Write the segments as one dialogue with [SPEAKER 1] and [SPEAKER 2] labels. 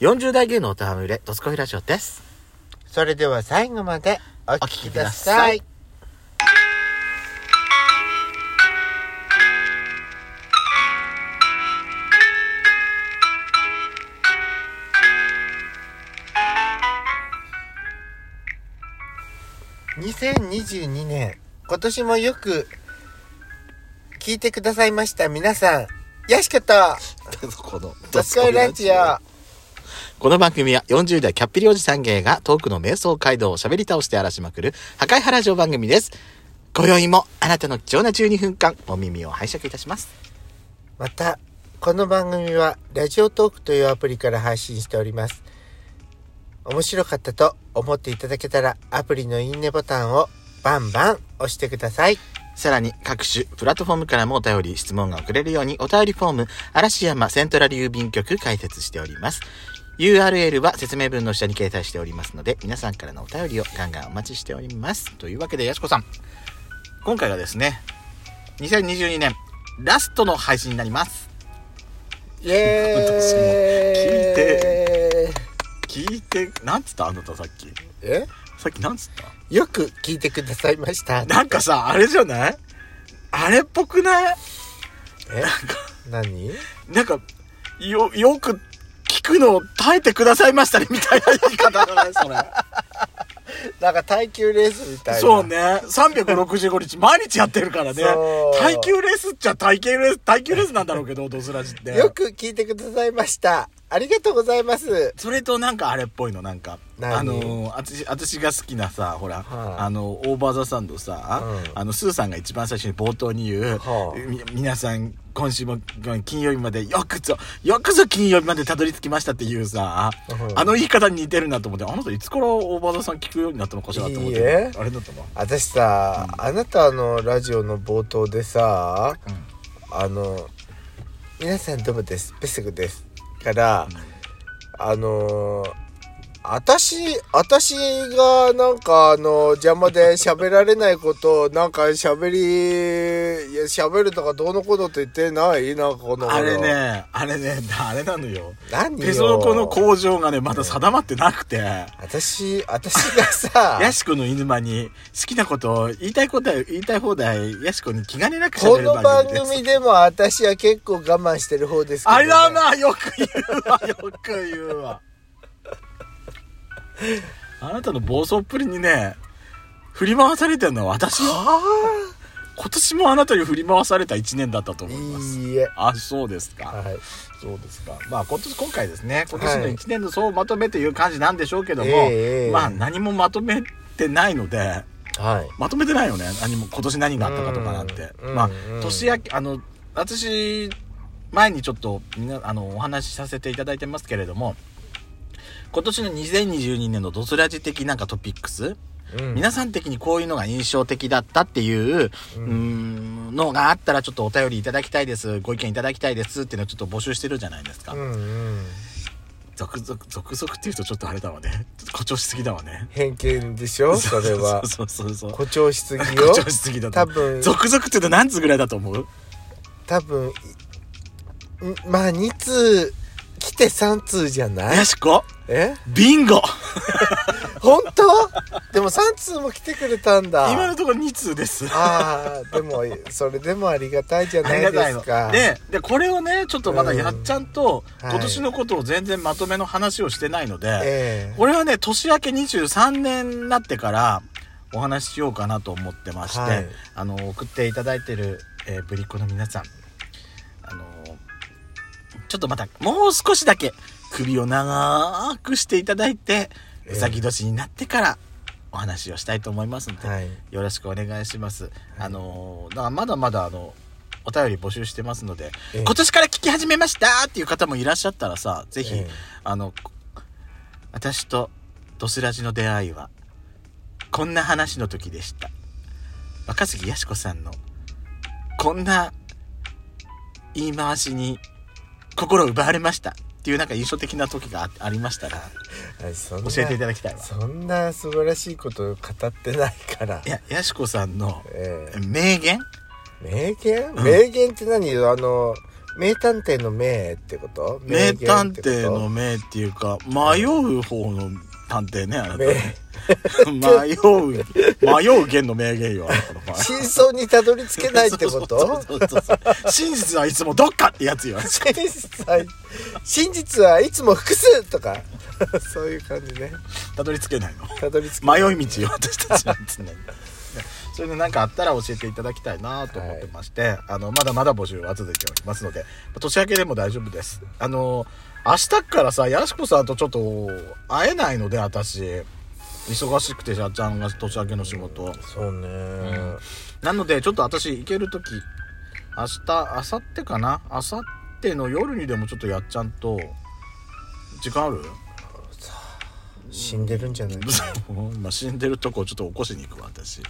[SPEAKER 1] 40代芸能お手はみれ、ドスコイラジオです。
[SPEAKER 2] それでは最後までお聞きください。2022年、今年もよく聞いてくださいました皆さん、ヤシカと
[SPEAKER 1] この、
[SPEAKER 2] ドスコイラジオ。
[SPEAKER 1] この番組は40代キャッピリおじさん芸がトークの瞑想街道を喋り倒して荒らしまくる破壊原城番組です。今宵もあなたの貴重な12分間、お耳を拝借いたします。
[SPEAKER 2] またこの番組はラジオトークというアプリから配信しております面白かったと思っていただけたらアプリのいいねボタンをバンバン押してください
[SPEAKER 1] さらに各種プラットフォームからもお便り、質問が送れるようにお便りフォーム、嵐山セントラル郵便局開設しております。URL は説明文の下に掲載しておりますので、皆さんからのお便りをガンガンお待ちしております。というわけで、やしこさん。今回がですね、2022年ラストの配信になります。
[SPEAKER 2] イエーイ聞いて
[SPEAKER 1] 聞いて、なんつったあなたさっき。
[SPEAKER 2] え
[SPEAKER 1] さっきなんつった
[SPEAKER 2] よく聞いてくださいました
[SPEAKER 1] なんかさ、あれじゃないあれっぽくない
[SPEAKER 2] え何
[SPEAKER 1] なんか、よ、よく聞くのを耐えてくださいましたね、みたいな言い方だね、それ。
[SPEAKER 2] なんか耐久レースみたいな
[SPEAKER 1] そうね。365日、毎日やってるからね
[SPEAKER 2] そう。
[SPEAKER 1] 耐久レースっちゃ耐久レース、耐久レースなんだろうけど、ドスラジって。
[SPEAKER 2] よく聞いてくださいましたありがとうございます
[SPEAKER 1] それとなんかあれっぽいの、なんか。
[SPEAKER 2] 何
[SPEAKER 1] あのー、あつし、あつしが好きなさ、ほら、
[SPEAKER 2] はい
[SPEAKER 1] あの、オーバーザサンドさ、
[SPEAKER 2] うん
[SPEAKER 1] あの、スーさんが一番最初に冒頭に言う、
[SPEAKER 2] はあ
[SPEAKER 1] み皆さん、今週も金曜日までよくぞ、よくぞ金曜日までたどり着きましたっていうさ、
[SPEAKER 2] うん
[SPEAKER 1] あの言い方に似てるなと思って、あの人いつから大場さん聞くようになったのかしらと思っ
[SPEAKER 2] いい
[SPEAKER 1] て
[SPEAKER 2] え。
[SPEAKER 1] あれだったの
[SPEAKER 2] 私さ、あなたのラジオの冒頭でさ、あの「皆さんどうもですペスグです」から、あのー私私がなんかあの邪魔で喋られないことをなんか喋りいや喋るとかどうのこうのって言ってないなんかこの
[SPEAKER 1] あれね、あれね、あれなのよ。
[SPEAKER 2] 何よ
[SPEAKER 1] ペソコの工場がね、まだ定まってなくて、
[SPEAKER 2] 私私が さ
[SPEAKER 1] ヤシコの犬間に好きなことを言いたいことは言いたい放題、ヤシコに気兼ねなく喋
[SPEAKER 2] こ
[SPEAKER 1] る
[SPEAKER 2] の番
[SPEAKER 1] 番組です。
[SPEAKER 2] 組でも私は結構我慢してる方ですけど、
[SPEAKER 1] あ
[SPEAKER 2] ね、
[SPEAKER 1] れだな、よく言うわ、よく言うわ。あなたの暴走っぷりにね、振り回されてるのは私よ。
[SPEAKER 2] はあ
[SPEAKER 1] 今年もあなたに振り回された一年だったと思います。
[SPEAKER 2] いいえ
[SPEAKER 1] あ、そうですか。
[SPEAKER 2] はい
[SPEAKER 1] そうですか。まあ今年、今回ですね、今年の
[SPEAKER 2] はい
[SPEAKER 1] 1年の総まとめという感じなんでしょうけども、
[SPEAKER 2] ええ
[SPEAKER 1] まあ何もまとめてないので、
[SPEAKER 2] はい
[SPEAKER 1] まとめてないよね。何も、今年何があったかとかなんて。
[SPEAKER 2] うん
[SPEAKER 1] まあ
[SPEAKER 2] うん、
[SPEAKER 1] 年明け、あの、私、前にちょっと、みんな、あの、お話しさせていただいてますけれども、今年の2022年のドスラジ的なんかトピックス、
[SPEAKER 2] うん
[SPEAKER 1] 皆さん的にこういうのが印象的だったっていう、う
[SPEAKER 2] うん
[SPEAKER 1] ーん、のがあったらちょっとお便りいただきたいです、ご意見いただきたいですっていうのをちょっと募集してるじゃないですか。
[SPEAKER 2] うんうん
[SPEAKER 1] 続々、続々っていうとちょっとあれだわね。ちょっと誇張しすぎだわね。
[SPEAKER 2] 偏見でしょそれは
[SPEAKER 1] そうそうそうそう。
[SPEAKER 2] 誇張しすぎよ
[SPEAKER 1] 誇張しすぎだと
[SPEAKER 2] 多
[SPEAKER 1] 思う。
[SPEAKER 2] 分
[SPEAKER 1] 続々っていうと何つぐらいだと思う
[SPEAKER 2] 多分いんまあ2通来て3通じゃない
[SPEAKER 1] やしこ
[SPEAKER 2] え
[SPEAKER 1] ビンゴ
[SPEAKER 2] 本当でも3通も来てくれたんだ
[SPEAKER 1] 今のところ2通です。
[SPEAKER 2] ああでもそれでもありがたいじゃ
[SPEAKER 1] あ
[SPEAKER 2] ないですか
[SPEAKER 1] で、で、これをね、ちょっとまだやっちゃんと、
[SPEAKER 2] うんはい
[SPEAKER 1] 今年のことを全然まとめの話をしてないので、
[SPEAKER 2] ええ
[SPEAKER 1] これはね、年明け23年になってからお話ししようかなと思ってまして、
[SPEAKER 2] はい
[SPEAKER 1] あの、送っていただいてる、えーぶりっ子の皆さん、あの、ちょっとまた、もう少しだけ首を長くしていただいて、
[SPEAKER 2] ええ
[SPEAKER 1] うさぎ年になってからお話をしたいと思いますので、
[SPEAKER 2] はい
[SPEAKER 1] よろしくお願いします。あのーだからまだまだあの、お便り募集してますので、
[SPEAKER 2] ええ
[SPEAKER 1] 今年から聞き始めましたっていう方もいらっしゃったらさ、ぜひ、
[SPEAKER 2] ええ
[SPEAKER 1] あの、こ私とドスラジの出会いは、こんな話の時でした。若杉やしこさんの、こんな言い回しに心を奪われましたっていうなんか印象的な時があありましたら、
[SPEAKER 2] あそんな
[SPEAKER 1] 教えていただきたいわ。
[SPEAKER 2] そんな素晴らしいことを語ってないから
[SPEAKER 1] いや、やしこさんの
[SPEAKER 2] ええ
[SPEAKER 1] 名言
[SPEAKER 2] 名言
[SPEAKER 1] うん
[SPEAKER 2] 名言って何あの名探偵の名ってこと
[SPEAKER 1] 名
[SPEAKER 2] 言
[SPEAKER 1] 探
[SPEAKER 2] ってこと
[SPEAKER 1] 偵の名っていうか迷う方の探偵ね あなた
[SPEAKER 2] 名
[SPEAKER 1] ね迷う迷う弦の名言よあなたの場合
[SPEAKER 2] 真相にたどり着けないってこ
[SPEAKER 1] そう
[SPEAKER 2] と
[SPEAKER 1] そうそうそう真実はいつもどっかってやつよ
[SPEAKER 2] 真実は真実はいつも複数とか そういう感じね
[SPEAKER 1] たどり着けないの
[SPEAKER 2] たどり着け
[SPEAKER 1] 迷い道よ私たちは常にそれで何かあったら教えていただきたいなと思ってまして、あのまだまだ募集は続いておりますので年明けでも大丈夫ですあの明日からさやしこさんとちょっと会えないので私忙しくて社ちゃんが年明けの仕事
[SPEAKER 2] そうね、
[SPEAKER 1] なのでちょっと私行ける時明日明後日かな明後日の夜にでもちょっとやっちゃんと時間ある
[SPEAKER 2] 死んでるんじゃない
[SPEAKER 1] 今死んでるとこをちょっと起こしに行くわ私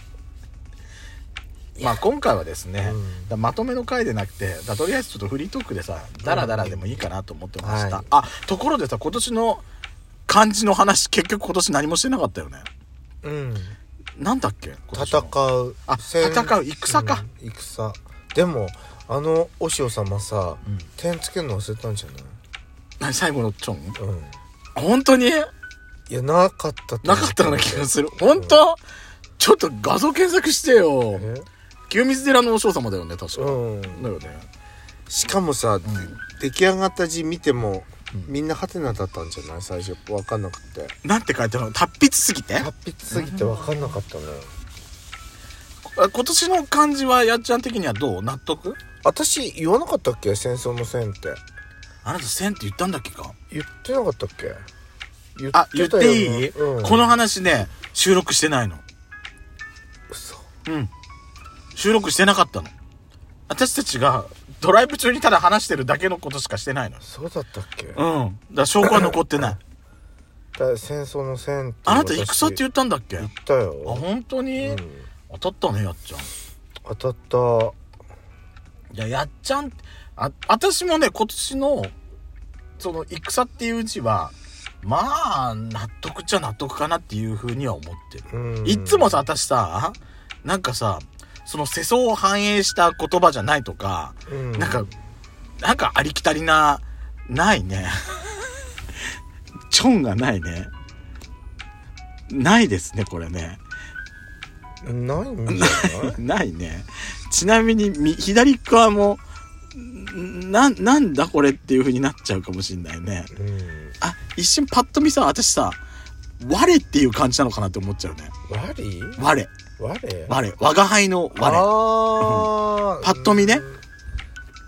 [SPEAKER 1] まあ今回はですね、
[SPEAKER 2] うん
[SPEAKER 1] だまとめの回でなくてだとりあえずちょっとフリートークでさダラダラでもいいかなと思ってました、
[SPEAKER 2] はい
[SPEAKER 1] あところでさ今年の漢字の話結局今年何もしてなかったよね
[SPEAKER 2] うん
[SPEAKER 1] なんだっけ今年
[SPEAKER 2] 戦
[SPEAKER 1] の
[SPEAKER 2] う
[SPEAKER 1] あ
[SPEAKER 2] 戦
[SPEAKER 1] 戦う戦か、
[SPEAKER 2] うん戦でもあのお塩様さ、
[SPEAKER 1] うん
[SPEAKER 2] 点つけるの忘れたんじゃな
[SPEAKER 1] 何最後のチョン
[SPEAKER 2] いうん
[SPEAKER 1] 本当に
[SPEAKER 2] いやなかったと
[SPEAKER 1] な
[SPEAKER 2] 思う
[SPEAKER 1] かったような気がする本当、ちょっと画像検索してよ
[SPEAKER 2] え
[SPEAKER 1] 清水寺のお嬢様だよね確か、
[SPEAKER 2] うん
[SPEAKER 1] だよね
[SPEAKER 2] しかもさ、出来上がった字見ても、
[SPEAKER 1] うん
[SPEAKER 2] みんなハテナだったんじゃない最初分かんなくて
[SPEAKER 1] なんて書いてあるの達筆すぎて
[SPEAKER 2] 達筆すぎて分かんなかったね、
[SPEAKER 1] あ今年の漢字はやっちゃん的にはどう納得
[SPEAKER 2] 私言わなかったっけ戦争の線って
[SPEAKER 1] あなた「千」って言ったんだっけか
[SPEAKER 2] 言ってなかったっけ言
[SPEAKER 1] あ言っていい、
[SPEAKER 2] うん
[SPEAKER 1] この話ね収録してないの
[SPEAKER 2] 嘘
[SPEAKER 1] うん収録してなかったの私たちがドライブ中にただ話してるだけのことしかしてないの
[SPEAKER 2] そうだったっけ、だか
[SPEAKER 1] うんだから証拠は残っ てない
[SPEAKER 2] ら戦争の線って
[SPEAKER 1] あなた戦って言
[SPEAKER 2] っ
[SPEAKER 1] ったんだっけあ
[SPEAKER 2] 言ったよ、
[SPEAKER 1] 本当に、
[SPEAKER 2] うん、
[SPEAKER 1] 当たったねやっちゃん
[SPEAKER 2] 当たった
[SPEAKER 1] いややっちゃんあ私もね今年のその戦っていう字はまあ納得っちゃ納得かなっていうふうには思ってる、
[SPEAKER 2] うん
[SPEAKER 1] いっつもさ私さなんかさその世相を反映した言葉じゃないとか、
[SPEAKER 2] うん
[SPEAKER 1] なんかなんかありきたりなないね チョンがないねないですねこれね
[SPEAKER 2] ないんじゃな い
[SPEAKER 1] ないねちなみにみ左側もんななんだこれっていう風になっちゃうかもしんないね
[SPEAKER 2] うん
[SPEAKER 1] あ一瞬パッと見さ私さ「我」っていう感じなのかなって思っちゃうね
[SPEAKER 2] 我り
[SPEAKER 1] 「我」「
[SPEAKER 2] 我
[SPEAKER 1] 我」「我が輩の
[SPEAKER 2] あ
[SPEAKER 1] 我
[SPEAKER 2] ー
[SPEAKER 1] パッと見ね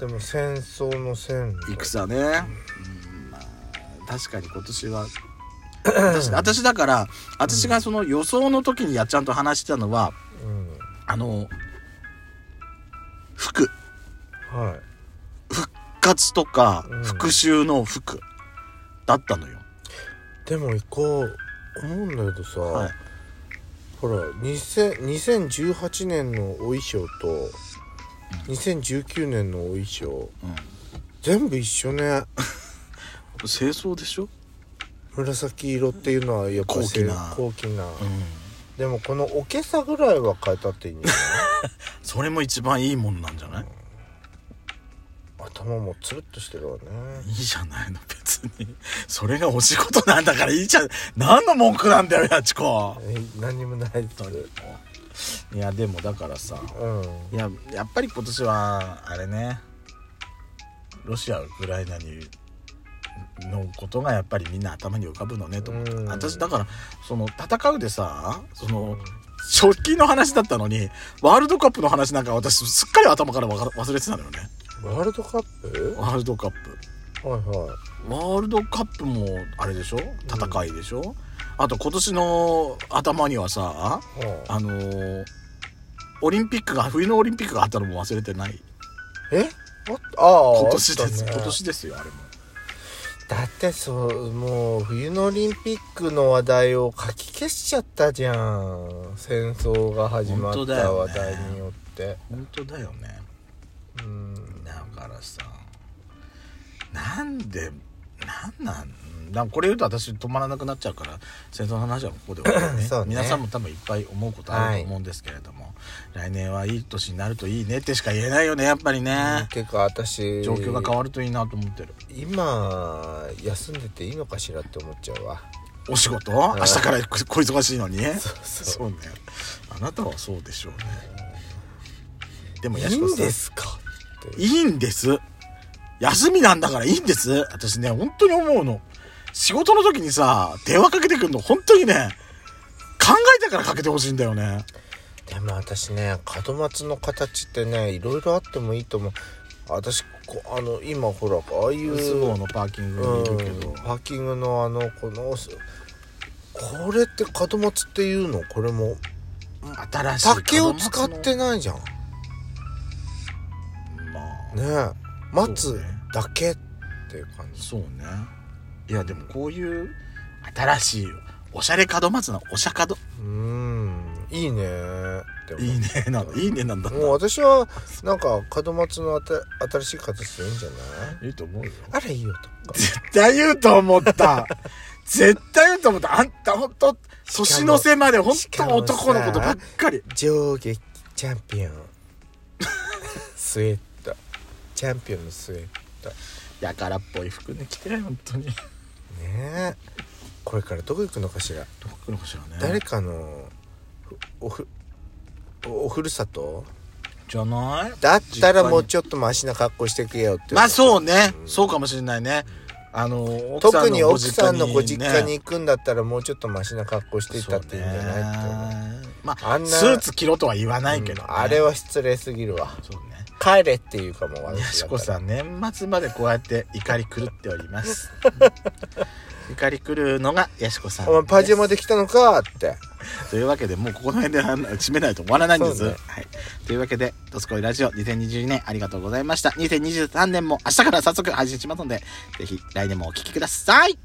[SPEAKER 2] うんでも戦争の線」
[SPEAKER 1] 戦ねうんまあ確かに今年 は私私だから私がその予想の時にやっちゃんと話してたのは
[SPEAKER 2] うん
[SPEAKER 1] あの服
[SPEAKER 2] はい
[SPEAKER 1] 復活とか
[SPEAKER 2] うん
[SPEAKER 1] 復讐の服だったのよ、
[SPEAKER 2] でも一個思うんだけどさ、
[SPEAKER 1] はい
[SPEAKER 2] ほら2000 2018年のお衣装と2019年のお衣装全部一緒ね
[SPEAKER 1] 清掃でしょ、
[SPEAKER 2] 紫色っていうのはやっぱ
[SPEAKER 1] 高貴な
[SPEAKER 2] 高貴な、でもこのおけさぐらいは変えたっていいんじゃ
[SPEAKER 1] それも一番いいもんなんじゃない
[SPEAKER 2] ない 頭もつるっとしてるわね
[SPEAKER 1] いいじゃないの別にそれがお仕事なんだからいいじゃん何の文句なんだよやちこ
[SPEAKER 2] え何にもないです
[SPEAKER 1] いやでもだからさ
[SPEAKER 2] うん
[SPEAKER 1] いややっぱり今年はあれねロシアウクライナにのことがやっぱりみんな頭に浮かぶのねと思った、
[SPEAKER 2] うん
[SPEAKER 1] 私だからその戦うでさその直近の話だったのにワールドカップの話なんか私すっかり頭からわか忘れてたのよね
[SPEAKER 2] ワールドカップ
[SPEAKER 1] ワールドカップ
[SPEAKER 2] はいは
[SPEAKER 1] ワールドカップもあれでしょ戦いでしょ、あと今年の頭にはさ
[SPEAKER 2] いは
[SPEAKER 1] あのーオリンピックが冬のオリンピックがあったのも忘れてない
[SPEAKER 2] いえあああ
[SPEAKER 1] 今年です、
[SPEAKER 2] あったね
[SPEAKER 1] 今年ですよあれも
[SPEAKER 2] だってそうもう冬のオリンピックの話題をかき消しちゃったじゃん戦争が始ま
[SPEAKER 1] 本
[SPEAKER 2] っ
[SPEAKER 1] 当だよ
[SPEAKER 2] た
[SPEAKER 1] ね
[SPEAKER 2] 話題によって、
[SPEAKER 1] 本当だよね
[SPEAKER 2] うん
[SPEAKER 1] だからさなんでなんなんうん、なんかこれ言うと私止まらなくなっちゃうから戦争の話はここで終わる、ね
[SPEAKER 2] そうね
[SPEAKER 1] 皆さんも多分いっぱい思うことあると思うんですけれども、来年はいい年になるといいねってしか言えないよねやっぱりね、
[SPEAKER 2] てか私
[SPEAKER 1] 状況が変わるといいなと思ってる
[SPEAKER 2] 今休んでていいのかしらって思っちゃうわ
[SPEAKER 1] お仕事明日からこ小忙しいのに
[SPEAKER 2] そうそう
[SPEAKER 1] ねあなたはそうでしょうねでも
[SPEAKER 2] い
[SPEAKER 1] やし
[SPEAKER 2] い
[SPEAKER 1] こ
[SPEAKER 2] ん
[SPEAKER 1] さん
[SPEAKER 2] ですかって
[SPEAKER 1] いいんです休みなんだからいいんです私ね本当に思うの仕事の時にさ電話かけてくるの本当にね考えたからかけてほしいんだよね
[SPEAKER 2] でも私ね門松の形ってねいろいろあってもいいと思う私こあの今ほらああいう
[SPEAKER 1] スボーのパーキングにいるけど、
[SPEAKER 2] うん、パーキングのあのこのすこれって門松っていうのこれも
[SPEAKER 1] 新しい
[SPEAKER 2] 竹を使ってないじゃんね
[SPEAKER 1] まあ
[SPEAKER 2] え
[SPEAKER 1] そう
[SPEAKER 2] 松
[SPEAKER 1] ね
[SPEAKER 2] だけっていう感じ
[SPEAKER 1] そうねいやでもこういう新しいおしゃれ門松のおしゃ角
[SPEAKER 2] うーんいいねでも
[SPEAKER 1] いいねなんだいいねなんだ
[SPEAKER 2] もう私はなんか門松のあた新しい形でいいんじゃない
[SPEAKER 1] いいと思うよ
[SPEAKER 2] あれいいよとか
[SPEAKER 1] 絶対言うと思った 絶対言うと思ったあんた本当年の瀬まで本
[SPEAKER 2] しか
[SPEAKER 1] 当
[SPEAKER 2] も
[SPEAKER 1] 男のことばっかり
[SPEAKER 2] 上下チャンピオンスウェットチャンピオンのスウェット
[SPEAKER 1] やからっぽい服ね着て本当に
[SPEAKER 2] ねえこれからどこ行くのかしら
[SPEAKER 1] どこ来るのかしらね
[SPEAKER 2] 誰かのおふおふるさと
[SPEAKER 1] じゃない
[SPEAKER 2] だったらもうちょっとマシな格好してくれよって
[SPEAKER 1] まあ
[SPEAKER 2] う
[SPEAKER 1] そうね、そうかもしれないねあの奥さ
[SPEAKER 2] 特
[SPEAKER 1] ん
[SPEAKER 2] に
[SPEAKER 1] のご
[SPEAKER 2] 奥
[SPEAKER 1] 実家
[SPEAKER 2] さん
[SPEAKER 1] に,、
[SPEAKER 2] のご実家に行くんだったらもうちょっとマシな格好していったっていいんじゃないって思う
[SPEAKER 1] そうねまあ
[SPEAKER 2] あんな
[SPEAKER 1] スーツ着ろとは言わないけど、ね
[SPEAKER 2] うんあれは失礼すぎるわ
[SPEAKER 1] そうね
[SPEAKER 2] 帰れっていうかもう
[SPEAKER 1] や
[SPEAKER 2] 私
[SPEAKER 1] し
[SPEAKER 2] だ
[SPEAKER 1] こ
[SPEAKER 2] から
[SPEAKER 1] さん年末までこうやって怒り狂っております 怒り狂うのがやしこさん
[SPEAKER 2] お前パジャマ
[SPEAKER 1] で
[SPEAKER 2] で来たのかって
[SPEAKER 1] すというわけでもうここの辺であの締めないと終わらないんです、
[SPEAKER 2] そうね
[SPEAKER 1] はい、というわけで「どすこいラジオ2022年ありがとうございました2023年も明日から早速配信しますのでぜひ来年もお聴きください